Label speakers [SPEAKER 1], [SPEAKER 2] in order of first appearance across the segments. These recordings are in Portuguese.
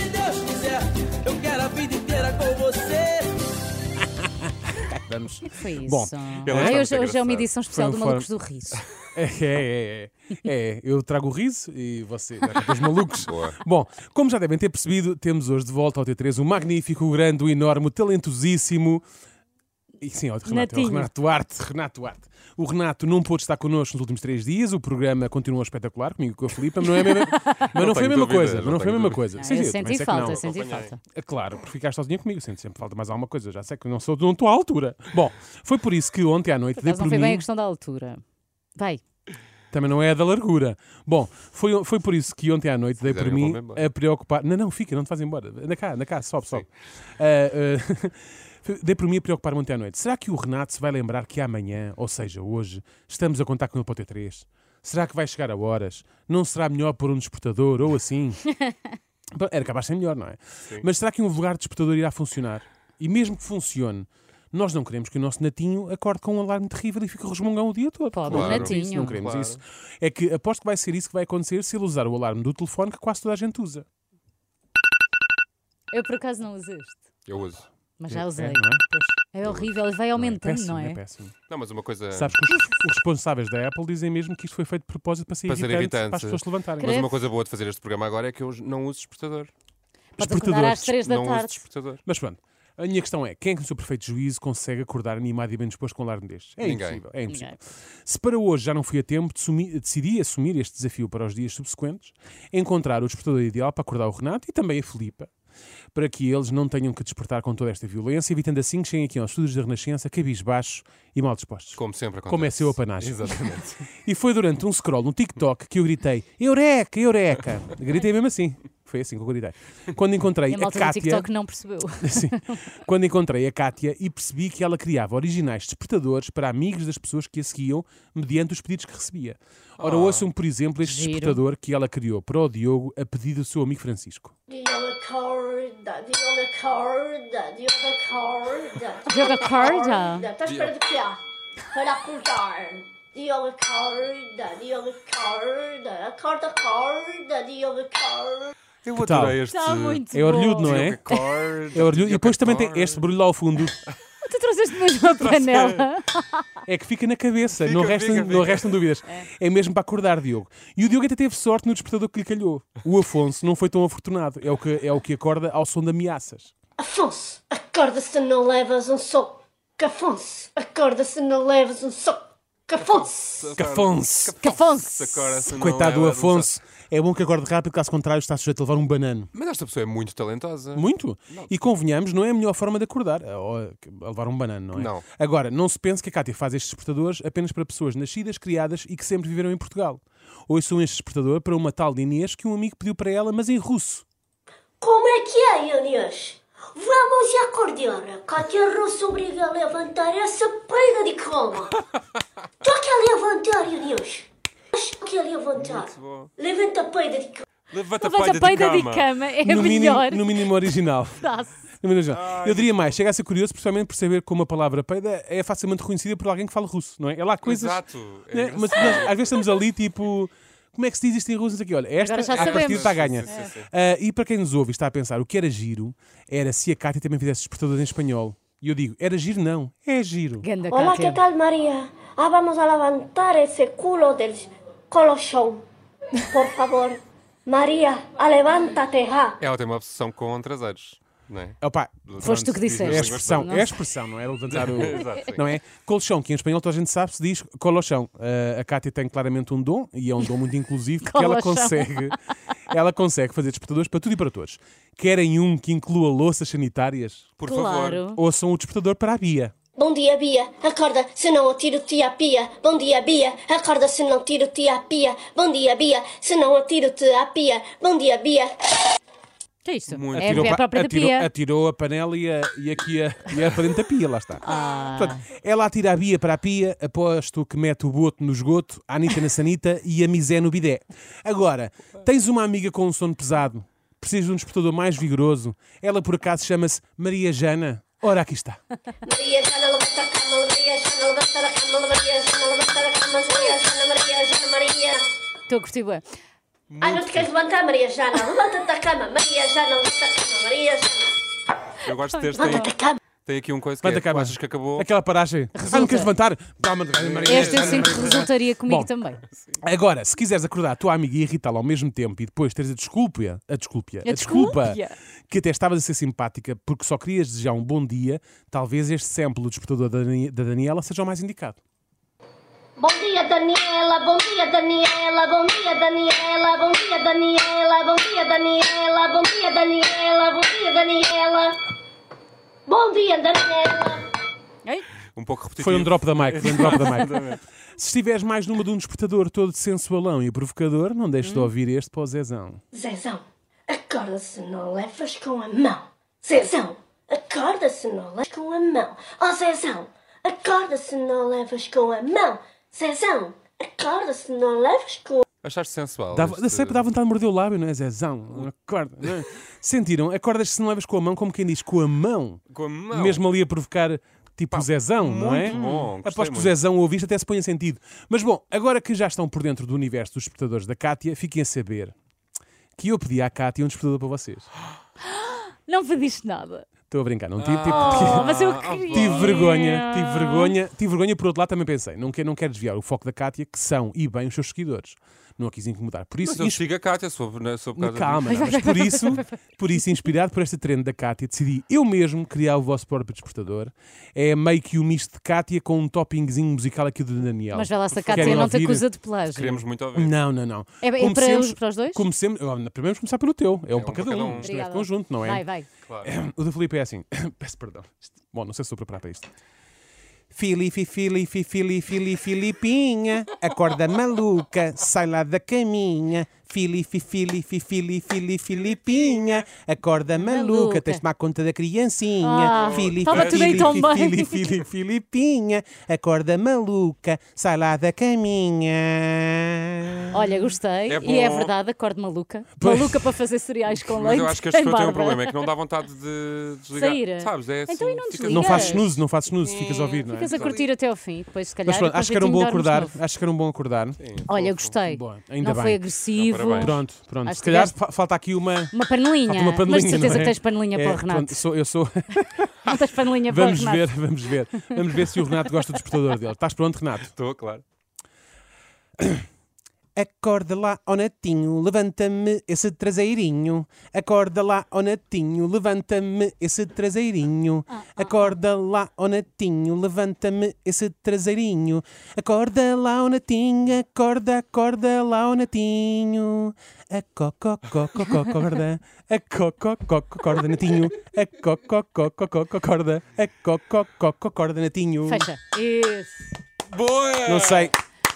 [SPEAKER 1] Deus quiser, eu quero a vida inteira com você.
[SPEAKER 2] Vamos.
[SPEAKER 3] Foi isso.
[SPEAKER 2] Bom, eu
[SPEAKER 3] Ah,
[SPEAKER 2] acho
[SPEAKER 3] hoje,
[SPEAKER 2] muito
[SPEAKER 3] hoje é uma
[SPEAKER 2] engraçado.
[SPEAKER 3] edição especial
[SPEAKER 2] Foi um
[SPEAKER 3] do Malucos do Riso.
[SPEAKER 2] É, é, é, é. É, eu trago o riso e você traga os malucos.
[SPEAKER 4] Boa.
[SPEAKER 2] Bom, como já devem ter percebido, temos hoje de volta ao T3 o magnífico, o grande, o enorme, o talentosíssimo. E sim, é o Renato, é o
[SPEAKER 3] Natinho.
[SPEAKER 2] Renato Duarte, Renato Duarte. O Renato não pôde estar connosco nos últimos três dias, o programa continuou espetacular comigo e com a Filipe, mas não, é a mesma- mas não
[SPEAKER 4] Não
[SPEAKER 2] foi a
[SPEAKER 4] tenho
[SPEAKER 2] mesma
[SPEAKER 4] dúvidas,
[SPEAKER 2] coisa.
[SPEAKER 4] não
[SPEAKER 2] Mas não foi a
[SPEAKER 4] tenho
[SPEAKER 2] mesma
[SPEAKER 4] dúvidas.
[SPEAKER 2] coisa.
[SPEAKER 3] Ah,
[SPEAKER 2] Sim, sim,
[SPEAKER 3] eu
[SPEAKER 2] também
[SPEAKER 3] senti
[SPEAKER 2] sei que
[SPEAKER 3] falta,
[SPEAKER 2] não.
[SPEAKER 3] eu senti
[SPEAKER 4] acompanhei.
[SPEAKER 3] falta.
[SPEAKER 2] É claro, porque ficaste sozinha comigo, sinto sempre falta mais alguma coisa, já sei que não, sou, não estou à altura. Bom, foi por isso que ontem à noite dei
[SPEAKER 3] Mas
[SPEAKER 2] por
[SPEAKER 3] não foi
[SPEAKER 2] mim.
[SPEAKER 3] bem a questão da altura. Vai,
[SPEAKER 2] Também não é a da largura. Bom, foi, foi por isso que ontem à noite dei por
[SPEAKER 4] quiserem, eu
[SPEAKER 2] mim
[SPEAKER 4] vou-me embora.
[SPEAKER 2] a preocupar. Não, não, fica, não te faz embora. Anda cá, anda cá, sobe, sobe. Ah, ah, dei por mim a preocupar-me ontem à noite. Será que o Renato se vai lembrar que amanhã, ou seja, hoje, estamos a contar com ele para o T3? Será que vai chegar a horas? Não será melhor pôr um despertador ou assim? Bom, Era capaz de ser melhor, não é? Mas será que um vulgar despertador irá funcionar? E mesmo que funcione, nós não queremos que o nosso natinho acorde com um alarme terrível e fique resmungão o dia todo.
[SPEAKER 3] Pobre
[SPEAKER 2] Não
[SPEAKER 4] Claro.
[SPEAKER 2] queremos isso,
[SPEAKER 3] natinho.
[SPEAKER 2] Não queremos
[SPEAKER 4] Claro.
[SPEAKER 2] isso. É que aposto que vai ser isso que vai acontecer se ele usar o alarme do telefone que quase toda a gente usa.
[SPEAKER 3] eu por acaso não usei este,
[SPEAKER 4] Eu uso.
[SPEAKER 3] mas já usei.
[SPEAKER 2] É, não é?
[SPEAKER 3] É, horrível, ele vai aumentando,
[SPEAKER 2] péssimo,
[SPEAKER 3] não é?
[SPEAKER 2] péssimo.
[SPEAKER 4] Não, mas uma coisa.
[SPEAKER 2] Sabes que os, os responsáveis da Apple dizem mesmo que isto foi feito de propósito para ser,
[SPEAKER 4] Para ser irritante.
[SPEAKER 2] para as pessoas se levantarem.
[SPEAKER 4] Mas
[SPEAKER 3] Credo.
[SPEAKER 4] uma coisa boa de fazer este programa agora é que eu não uso despertador.
[SPEAKER 3] Pode acordar
[SPEAKER 2] despertadores,
[SPEAKER 3] às três da
[SPEAKER 4] não uso
[SPEAKER 3] tarde.
[SPEAKER 4] despertador.
[SPEAKER 2] Mas pronto, a minha questão é: quem é que, no seu perfeito juízo, consegue acordar animado e bem disposto com um alarme destes? É
[SPEAKER 4] Ninguém.
[SPEAKER 2] impossível. É impossível.
[SPEAKER 3] Ninguém.
[SPEAKER 2] Se para hoje já não fui a tempo, desumi- decidi assumir este desafio para os dias subsequentes, encontrar o despertador ideal para acordar o Renato e também a Filipa, para que eles não tenham que despertar com toda esta violência, evitando assim que cheguem aqui aos estúdios da Renascença cabisbaixo e mal dispostos.
[SPEAKER 4] Como sempre acontece.
[SPEAKER 2] Como é seu apanagem.
[SPEAKER 4] Exatamente.
[SPEAKER 2] E foi durante um scroll no TikTok que eu gritei Eureka, Eureka! Gritei mesmo assim. Foi assim que eu gritei. Quando encontrei
[SPEAKER 3] E a
[SPEAKER 2] a
[SPEAKER 3] malta do
[SPEAKER 2] Cátia...
[SPEAKER 3] TikTok não percebeu.
[SPEAKER 2] Sim. Quando encontrei a Cátia e percebi que ela criava originais despertadores para amigos das pessoas que a seguiam mediante os pedidos que recebia. Ora,
[SPEAKER 4] Oh.
[SPEAKER 2] ouçam, por exemplo, este
[SPEAKER 3] Giro.
[SPEAKER 2] despertador que ela criou para o Diogo a pedido do seu amigo Francisco.
[SPEAKER 5] Diogo acorda, Diogo acorda, Diogo acorda.
[SPEAKER 3] Diogo acorda?
[SPEAKER 5] Estás esperando o quê? Para acordar. Diogo acorda, Diogo acorda, acorda, acorda, Diogo acorda.
[SPEAKER 4] Eu
[SPEAKER 2] tal?
[SPEAKER 4] adorei este.
[SPEAKER 3] Está muito
[SPEAKER 2] É orlhudo,
[SPEAKER 3] bom.
[SPEAKER 2] não é? É orgulho. E depois também tem este barulho lá ao fundo.
[SPEAKER 3] Tu trouxeste mesmo uma panela.
[SPEAKER 2] É que fica na cabeça,
[SPEAKER 4] Fica,
[SPEAKER 2] não, restam,
[SPEAKER 4] fica,
[SPEAKER 2] não
[SPEAKER 4] fica.
[SPEAKER 2] restam dúvidas. É. mesmo para acordar, Diogo. E o Diogo até teve sorte no despertador que lhe calhou. O Afonso não foi tão afortunado. É o que, é o que acorda ao som de ameaças.
[SPEAKER 5] Afonso, acorda se não levas um soco. Afonso, acorda se não levas um soco. Afonso.
[SPEAKER 2] Cafonso!
[SPEAKER 3] Cafonce.
[SPEAKER 4] é,
[SPEAKER 2] Coitado do Afonso. É bom que acorde rápido, caso contrário está sujeito a levar um banano.
[SPEAKER 4] Mas esta pessoa é muito talentosa.
[SPEAKER 2] Muito. E convenhamos, não é a melhor forma de acordar. A a levar um banano, não é?
[SPEAKER 4] Não.
[SPEAKER 2] Agora, não se pense que a Cátia faz estes despertadores apenas para pessoas nascidas, criadas e que sempre viveram em Portugal. Hoje sou este despertador para uma tal de Inês que um amigo pediu para ela, mas em russo.
[SPEAKER 5] Como é que é, Inês? Vamos acordar. Caterro se obriga a levantar essa pega de cama. Tu quer levantar, Inês? Tu quer levantar?
[SPEAKER 4] bom.
[SPEAKER 5] Levanta a pega de cama.
[SPEAKER 4] Levanta,
[SPEAKER 3] Levanta a peida de
[SPEAKER 4] cama.
[SPEAKER 3] cama, é
[SPEAKER 2] no,
[SPEAKER 3] melhor.
[SPEAKER 2] mínimo, no mínimo original.
[SPEAKER 3] Dá-se.
[SPEAKER 2] No mínimo original. Eu diria mais, chega a ser curioso, principalmente por saber como a palavra peida é facilmente reconhecida por alguém que fala russo, não é? É lá coisas.
[SPEAKER 4] Exato. É
[SPEAKER 2] né?
[SPEAKER 4] engraçado.
[SPEAKER 2] Mas nós, às vezes estamos ali tipo. Como é que se diz isto em russo? Não sei o quê. Olha, esta
[SPEAKER 3] Agora já
[SPEAKER 2] à partida
[SPEAKER 3] sabemos.
[SPEAKER 2] está a ganha.
[SPEAKER 4] Sim, sim, sim, sim.
[SPEAKER 2] Ah, e para quem nos ouve e está a pensar, o que era giro era se a Cátia também fizesse despertadores em espanhol. E eu digo, era giro não, é giro.
[SPEAKER 3] Ganda
[SPEAKER 5] Hola,
[SPEAKER 3] Cátia.
[SPEAKER 5] ¿qué tal, María? Ah, vamos a levantar ese culo del colchón. Por favor, María, ah, levántate, ja.
[SPEAKER 4] Ela tem uma obsessão com traseiros. Não é?
[SPEAKER 2] Opa,
[SPEAKER 3] Foste tu que
[SPEAKER 2] é
[SPEAKER 3] disseste.
[SPEAKER 2] a expressão,
[SPEAKER 3] Não
[SPEAKER 2] é a expressão, não é? Levantar o...
[SPEAKER 4] Exato, sim.
[SPEAKER 2] Não é? Colchão, que em espanhol toda a gente sabe, se diz colchão. Ah, a Cátia tem claramente um dom, e é um dom muito inclusivo, porque ela
[SPEAKER 3] Colchão.
[SPEAKER 2] consegue, ela consegue fazer despertadores para tudo e para todos. Querem um que inclua louças sanitárias?
[SPEAKER 4] Por favor.
[SPEAKER 3] Claro.
[SPEAKER 2] Ouçam o despertador para a Bia.
[SPEAKER 5] Bom dia, Bia. Acorda, se não atiro-te à pia. Bom dia, Bia. Acorda, se não tiro-te à pia. Bom dia, Bia. Se não atiro-te à pia. Bom dia, Bia.
[SPEAKER 3] Que é isto?
[SPEAKER 4] Muito.
[SPEAKER 3] É, é
[SPEAKER 2] pa-
[SPEAKER 3] a própria da
[SPEAKER 2] atirou,
[SPEAKER 3] pia.
[SPEAKER 2] atirou a panela e, a- e aqui a, e a para dentro da pia, lá está.
[SPEAKER 3] Ah.
[SPEAKER 2] Portanto, ela atira a Bia para a pia, aposto que mete o boto no esgoto, a Anitta na sanita e a Misé no bidé. Agora, tens uma amiga com um sono pesado, precisas de um despertador mais vigoroso, ela por acaso chama-se Maria Jana. Ora, aqui está.
[SPEAKER 5] Maria Jana levanta a cama, Maria Jana levanta a cama, Maria Jana levanta a cama, Maria Jana, Maria Jana, Maria.
[SPEAKER 3] Estou a curtir bué.
[SPEAKER 5] Ai, não te queres levantar, Maria Jana? Levanta-te da cama, Maria Jana, levanta a cama, Maria Jana.
[SPEAKER 4] Eu gosto de ter. Tem,
[SPEAKER 5] cama.
[SPEAKER 4] tem aqui um coisa que
[SPEAKER 2] Levanta
[SPEAKER 4] é,
[SPEAKER 2] cá,
[SPEAKER 4] tu achas que acabou.
[SPEAKER 2] Aquela paragem. Ah, não queres levantar? Dá-me Maria
[SPEAKER 3] Esta eu
[SPEAKER 2] Jana,
[SPEAKER 3] sinto que resultaria comigo
[SPEAKER 2] Bom.
[SPEAKER 3] também.
[SPEAKER 2] Agora, se quiseres acordar a tua amiga e irritá-la ao mesmo tempo e depois teres a desculpa, a desculpa, a, desculpa,
[SPEAKER 3] desculpa.
[SPEAKER 2] que até estavas a ser simpática porque só querias desejar um bom dia, talvez este sample do despertador da Dani- da Daniela seja o mais indicado.
[SPEAKER 5] Bom dia, Daniela, bom dia, Daniela, bom dia, Daniela, bom dia, Daniela, bom dia, Daniela, bom dia, Daniela, bom dia, Daniela. Bom dia, Daniela.
[SPEAKER 3] Ai,
[SPEAKER 4] Um pouco repetitivo.
[SPEAKER 2] Foi um drop da Mike, foi um drop da Mike. se estiveres mais numa de um despertador todo sensualão e provocador, não deixes de ouvir este para o Zezão.
[SPEAKER 5] Zezão, acorda se não levas com a mão. Zezão, acorda se não levas com a mão. Oh Zezão, acorda se não levas com a mão. Zezão, acorda se não levas com a
[SPEAKER 4] Achaste sensual.
[SPEAKER 2] Dava,
[SPEAKER 4] este-
[SPEAKER 2] Sempre dá vontade de morder o lábio, não é, Zezão? Acorda. não é? Sentiram? Acordas se não levas com a mão, como quem diz, com a mão.
[SPEAKER 4] Com a mão.
[SPEAKER 2] mesmo ali a provocar tipo o Zezão, não é?
[SPEAKER 4] muito bom, gostei
[SPEAKER 2] Aposto que o
[SPEAKER 4] muito.
[SPEAKER 2] Zezão o ouviste até se põe em sentido. Mas bom, agora que já estão por dentro do universo dos despertadores da Cátia, fiquem a saber que eu pedi à Cátia um despertador para vocês.
[SPEAKER 3] não pediste nada.
[SPEAKER 2] Estou a brincar, não tive tipo.
[SPEAKER 3] Oh,
[SPEAKER 2] porque-
[SPEAKER 3] mas eu
[SPEAKER 4] ah,
[SPEAKER 3] queria.
[SPEAKER 2] Tive vergonha, tive vergonha, tive vergonha. Por outro lado, também pensei, não quero, não quero desviar o foco da Cátia, que são e bem os seus seguidores. Não a quis incomodar. Por isso,
[SPEAKER 4] Mas eu
[SPEAKER 2] inspi-
[SPEAKER 4] sigo a Cátia, sou, é, sou por causa
[SPEAKER 2] Calma, não, mas por isso, por isso, inspirado por esta trend da Cátia, decidi eu mesmo criar o vosso próprio despertador. É meio que o misto de Cátia com um toppingzinho musical aqui do Daniel.
[SPEAKER 3] Mas vai lá, se a Cátia
[SPEAKER 2] Querem
[SPEAKER 3] não te
[SPEAKER 2] ouvir?
[SPEAKER 3] acusa de plágio.
[SPEAKER 4] Queremos muito ouvir.
[SPEAKER 2] Não, não, não.
[SPEAKER 3] É- é para
[SPEAKER 2] Comecemos-
[SPEAKER 3] os- para os dois?
[SPEAKER 2] Comecemos, oh, primeiro vamos começar pelo teu. É um, para cada um. Isto não é de
[SPEAKER 3] Obrigada.
[SPEAKER 2] conjunto, não é?
[SPEAKER 3] Vai, vai.
[SPEAKER 2] O do Filipe é assim. Peço perdão. Isto- Bom, não sei se estou preparado para isto. Filipe, Filipe, Filipe, Fili, Filipinha, acorda maluca, sai lá da caminha. Filipe, Filipe, Fili, Fili, Filipinha, acorda maluca,
[SPEAKER 3] Maluca.
[SPEAKER 2] tens de tomar conta da criancinha.
[SPEAKER 3] Ah,
[SPEAKER 2] Filipe,
[SPEAKER 3] estava tudo aí
[SPEAKER 2] Filipe,
[SPEAKER 3] tão bem.
[SPEAKER 2] Fili, Fili, Filipinha, acorda maluca, sai lá da caminha.
[SPEAKER 3] Olha, gostei.
[SPEAKER 4] É
[SPEAKER 3] e é
[SPEAKER 4] bom.
[SPEAKER 3] verdade, acordo maluca.
[SPEAKER 2] Pois.
[SPEAKER 3] Maluca para fazer cereais com
[SPEAKER 4] Mas
[SPEAKER 3] leite.
[SPEAKER 4] eu acho que este
[SPEAKER 3] em
[SPEAKER 4] pessoa tem um
[SPEAKER 3] barba.
[SPEAKER 4] problema, é que não dá vontade de desligar.
[SPEAKER 3] Sair.
[SPEAKER 4] Sabes, é assim,
[SPEAKER 3] Então e não
[SPEAKER 4] fica-
[SPEAKER 3] desliga?
[SPEAKER 2] Não fazes snooze, não fazes snooze, ficas a ouvir, não é?
[SPEAKER 3] Ficas a curtir até ao fim, depois se calhar.
[SPEAKER 2] Mas pronto,
[SPEAKER 3] depois
[SPEAKER 2] acho que era um bom
[SPEAKER 3] deitinho
[SPEAKER 2] acordar.
[SPEAKER 3] dormes de novo.
[SPEAKER 2] Acho que era um bom acordar.
[SPEAKER 3] Olha, gostei.
[SPEAKER 2] um Bom, ainda
[SPEAKER 3] não foi
[SPEAKER 2] bem.
[SPEAKER 3] agressivo.
[SPEAKER 4] Não, parabéns.
[SPEAKER 2] Pronto, pronto.
[SPEAKER 3] Acho
[SPEAKER 2] Se
[SPEAKER 3] que
[SPEAKER 2] calhar
[SPEAKER 3] tiveste-
[SPEAKER 2] fa- falta aqui uma.
[SPEAKER 3] Uma panelinha.
[SPEAKER 2] Falta uma panelinha.
[SPEAKER 3] Mas de certeza
[SPEAKER 2] não é?
[SPEAKER 3] que tens panelinha
[SPEAKER 2] É,
[SPEAKER 3] para o Renato.
[SPEAKER 2] pronto, sou- eu sou.
[SPEAKER 3] Não tens panelinha para o
[SPEAKER 2] vamos
[SPEAKER 3] Renato.
[SPEAKER 2] ver, vamos ver. Vamos ver se o Renato gosta do despertador dele. Estás pronto, Renato?
[SPEAKER 4] Estou, claro.
[SPEAKER 2] Acorda lá, ó Natinho, levanta-me esse traseirinho. Acorda lá, ó Natinho, levanta-me esse traseirinho.
[SPEAKER 3] Ah,
[SPEAKER 2] Acorda lá, ó Natinho, levanta-me esse traseirinho. Acorda lá, ó Natinho, acorda, acorda lá, ó Natinho. Acococococorda, acococococorda, Natinho. Acococococorda, acococococorda, Natinho.
[SPEAKER 3] Fecha. Isso.
[SPEAKER 4] Boa!
[SPEAKER 2] Não sei.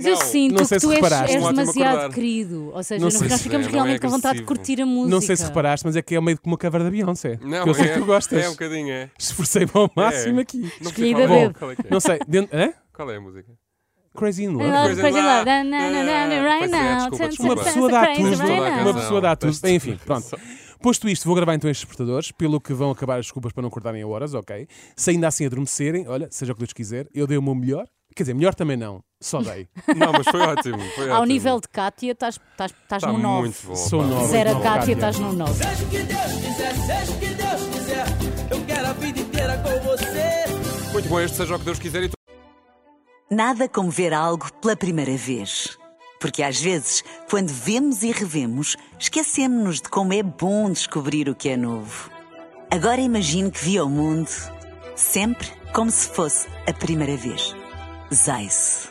[SPEAKER 3] Mas eu
[SPEAKER 4] Não,
[SPEAKER 3] sinto
[SPEAKER 2] não sei
[SPEAKER 3] que
[SPEAKER 2] se
[SPEAKER 3] tu és,
[SPEAKER 2] reparaste.
[SPEAKER 3] és
[SPEAKER 4] Um ótimo
[SPEAKER 3] demasiado
[SPEAKER 4] acordar.
[SPEAKER 3] querido. Ou seja,
[SPEAKER 2] Não
[SPEAKER 3] não
[SPEAKER 2] sei
[SPEAKER 3] nós
[SPEAKER 2] se-
[SPEAKER 3] ficamos
[SPEAKER 4] não é
[SPEAKER 3] realmente com vontade de
[SPEAKER 4] agressivo.
[SPEAKER 3] curtir a música.
[SPEAKER 2] Não sei se reparaste, mas é que é meio como uma cover da Beyoncé.
[SPEAKER 4] Não,
[SPEAKER 2] que eu sei
[SPEAKER 4] é,
[SPEAKER 2] que tu gostas.
[SPEAKER 4] É um bocadinho, é.
[SPEAKER 2] Esforcei-me ao máximo
[SPEAKER 4] É.
[SPEAKER 2] aqui.
[SPEAKER 4] Não
[SPEAKER 3] Escolhida
[SPEAKER 4] sei qual,
[SPEAKER 3] dedo.
[SPEAKER 4] qual é que é.
[SPEAKER 2] Não sei, dentro, hã?
[SPEAKER 4] Qual é a música?
[SPEAKER 2] Crazy in
[SPEAKER 3] Ah,
[SPEAKER 2] Love.
[SPEAKER 4] Coisa
[SPEAKER 3] crazy
[SPEAKER 4] lá.
[SPEAKER 3] love, na, na, na, na, na, right
[SPEAKER 4] Pois é,
[SPEAKER 3] now.
[SPEAKER 4] desculpa,
[SPEAKER 3] Tan,
[SPEAKER 4] desculpa.
[SPEAKER 2] Uma
[SPEAKER 3] tan,
[SPEAKER 2] pessoa
[SPEAKER 3] tan,
[SPEAKER 2] dá
[SPEAKER 3] crazy é?
[SPEAKER 2] tudo,
[SPEAKER 4] Tens toda a
[SPEAKER 3] right
[SPEAKER 4] razão.
[SPEAKER 2] uma
[SPEAKER 3] now.
[SPEAKER 2] pessoa dá tudo.
[SPEAKER 4] Tens toda a
[SPEAKER 2] Enfim, pronto. Posto isto, vou gravar então estes despertadores, pelo que vão acabar as desculpas para não cortarem a horas, ok? Se ainda assim adormecerem, olha, seja o que Deus quiser, eu dei o meu melhor. Quer dizer, melhor também não, só dei.
[SPEAKER 4] Não, mas foi ótimo. Foi
[SPEAKER 3] Ao
[SPEAKER 4] ótimo.
[SPEAKER 3] nível de Kátia, estás estás- estás
[SPEAKER 2] Tá
[SPEAKER 4] Está
[SPEAKER 3] no 9.
[SPEAKER 4] muito bom.
[SPEAKER 2] Sou
[SPEAKER 4] pá.
[SPEAKER 2] nove.
[SPEAKER 3] Zero a
[SPEAKER 2] Tá Muito
[SPEAKER 3] Kátia,
[SPEAKER 2] Kátia.
[SPEAKER 3] estás no 9.
[SPEAKER 1] Seja o que Deus quiser, seja o que Deus quiser, eu quero a vida inteira com você.
[SPEAKER 4] Muito bom, este seja o que Deus quiser e tu.
[SPEAKER 6] Nada como ver algo pela primeira vez. Porque às vezes, quando vemos e revemos, esquecemos-nos de como é bom descobrir o que é novo. Agora imagine que viu o mundo sempre como se fosse a primeira vez. Zais.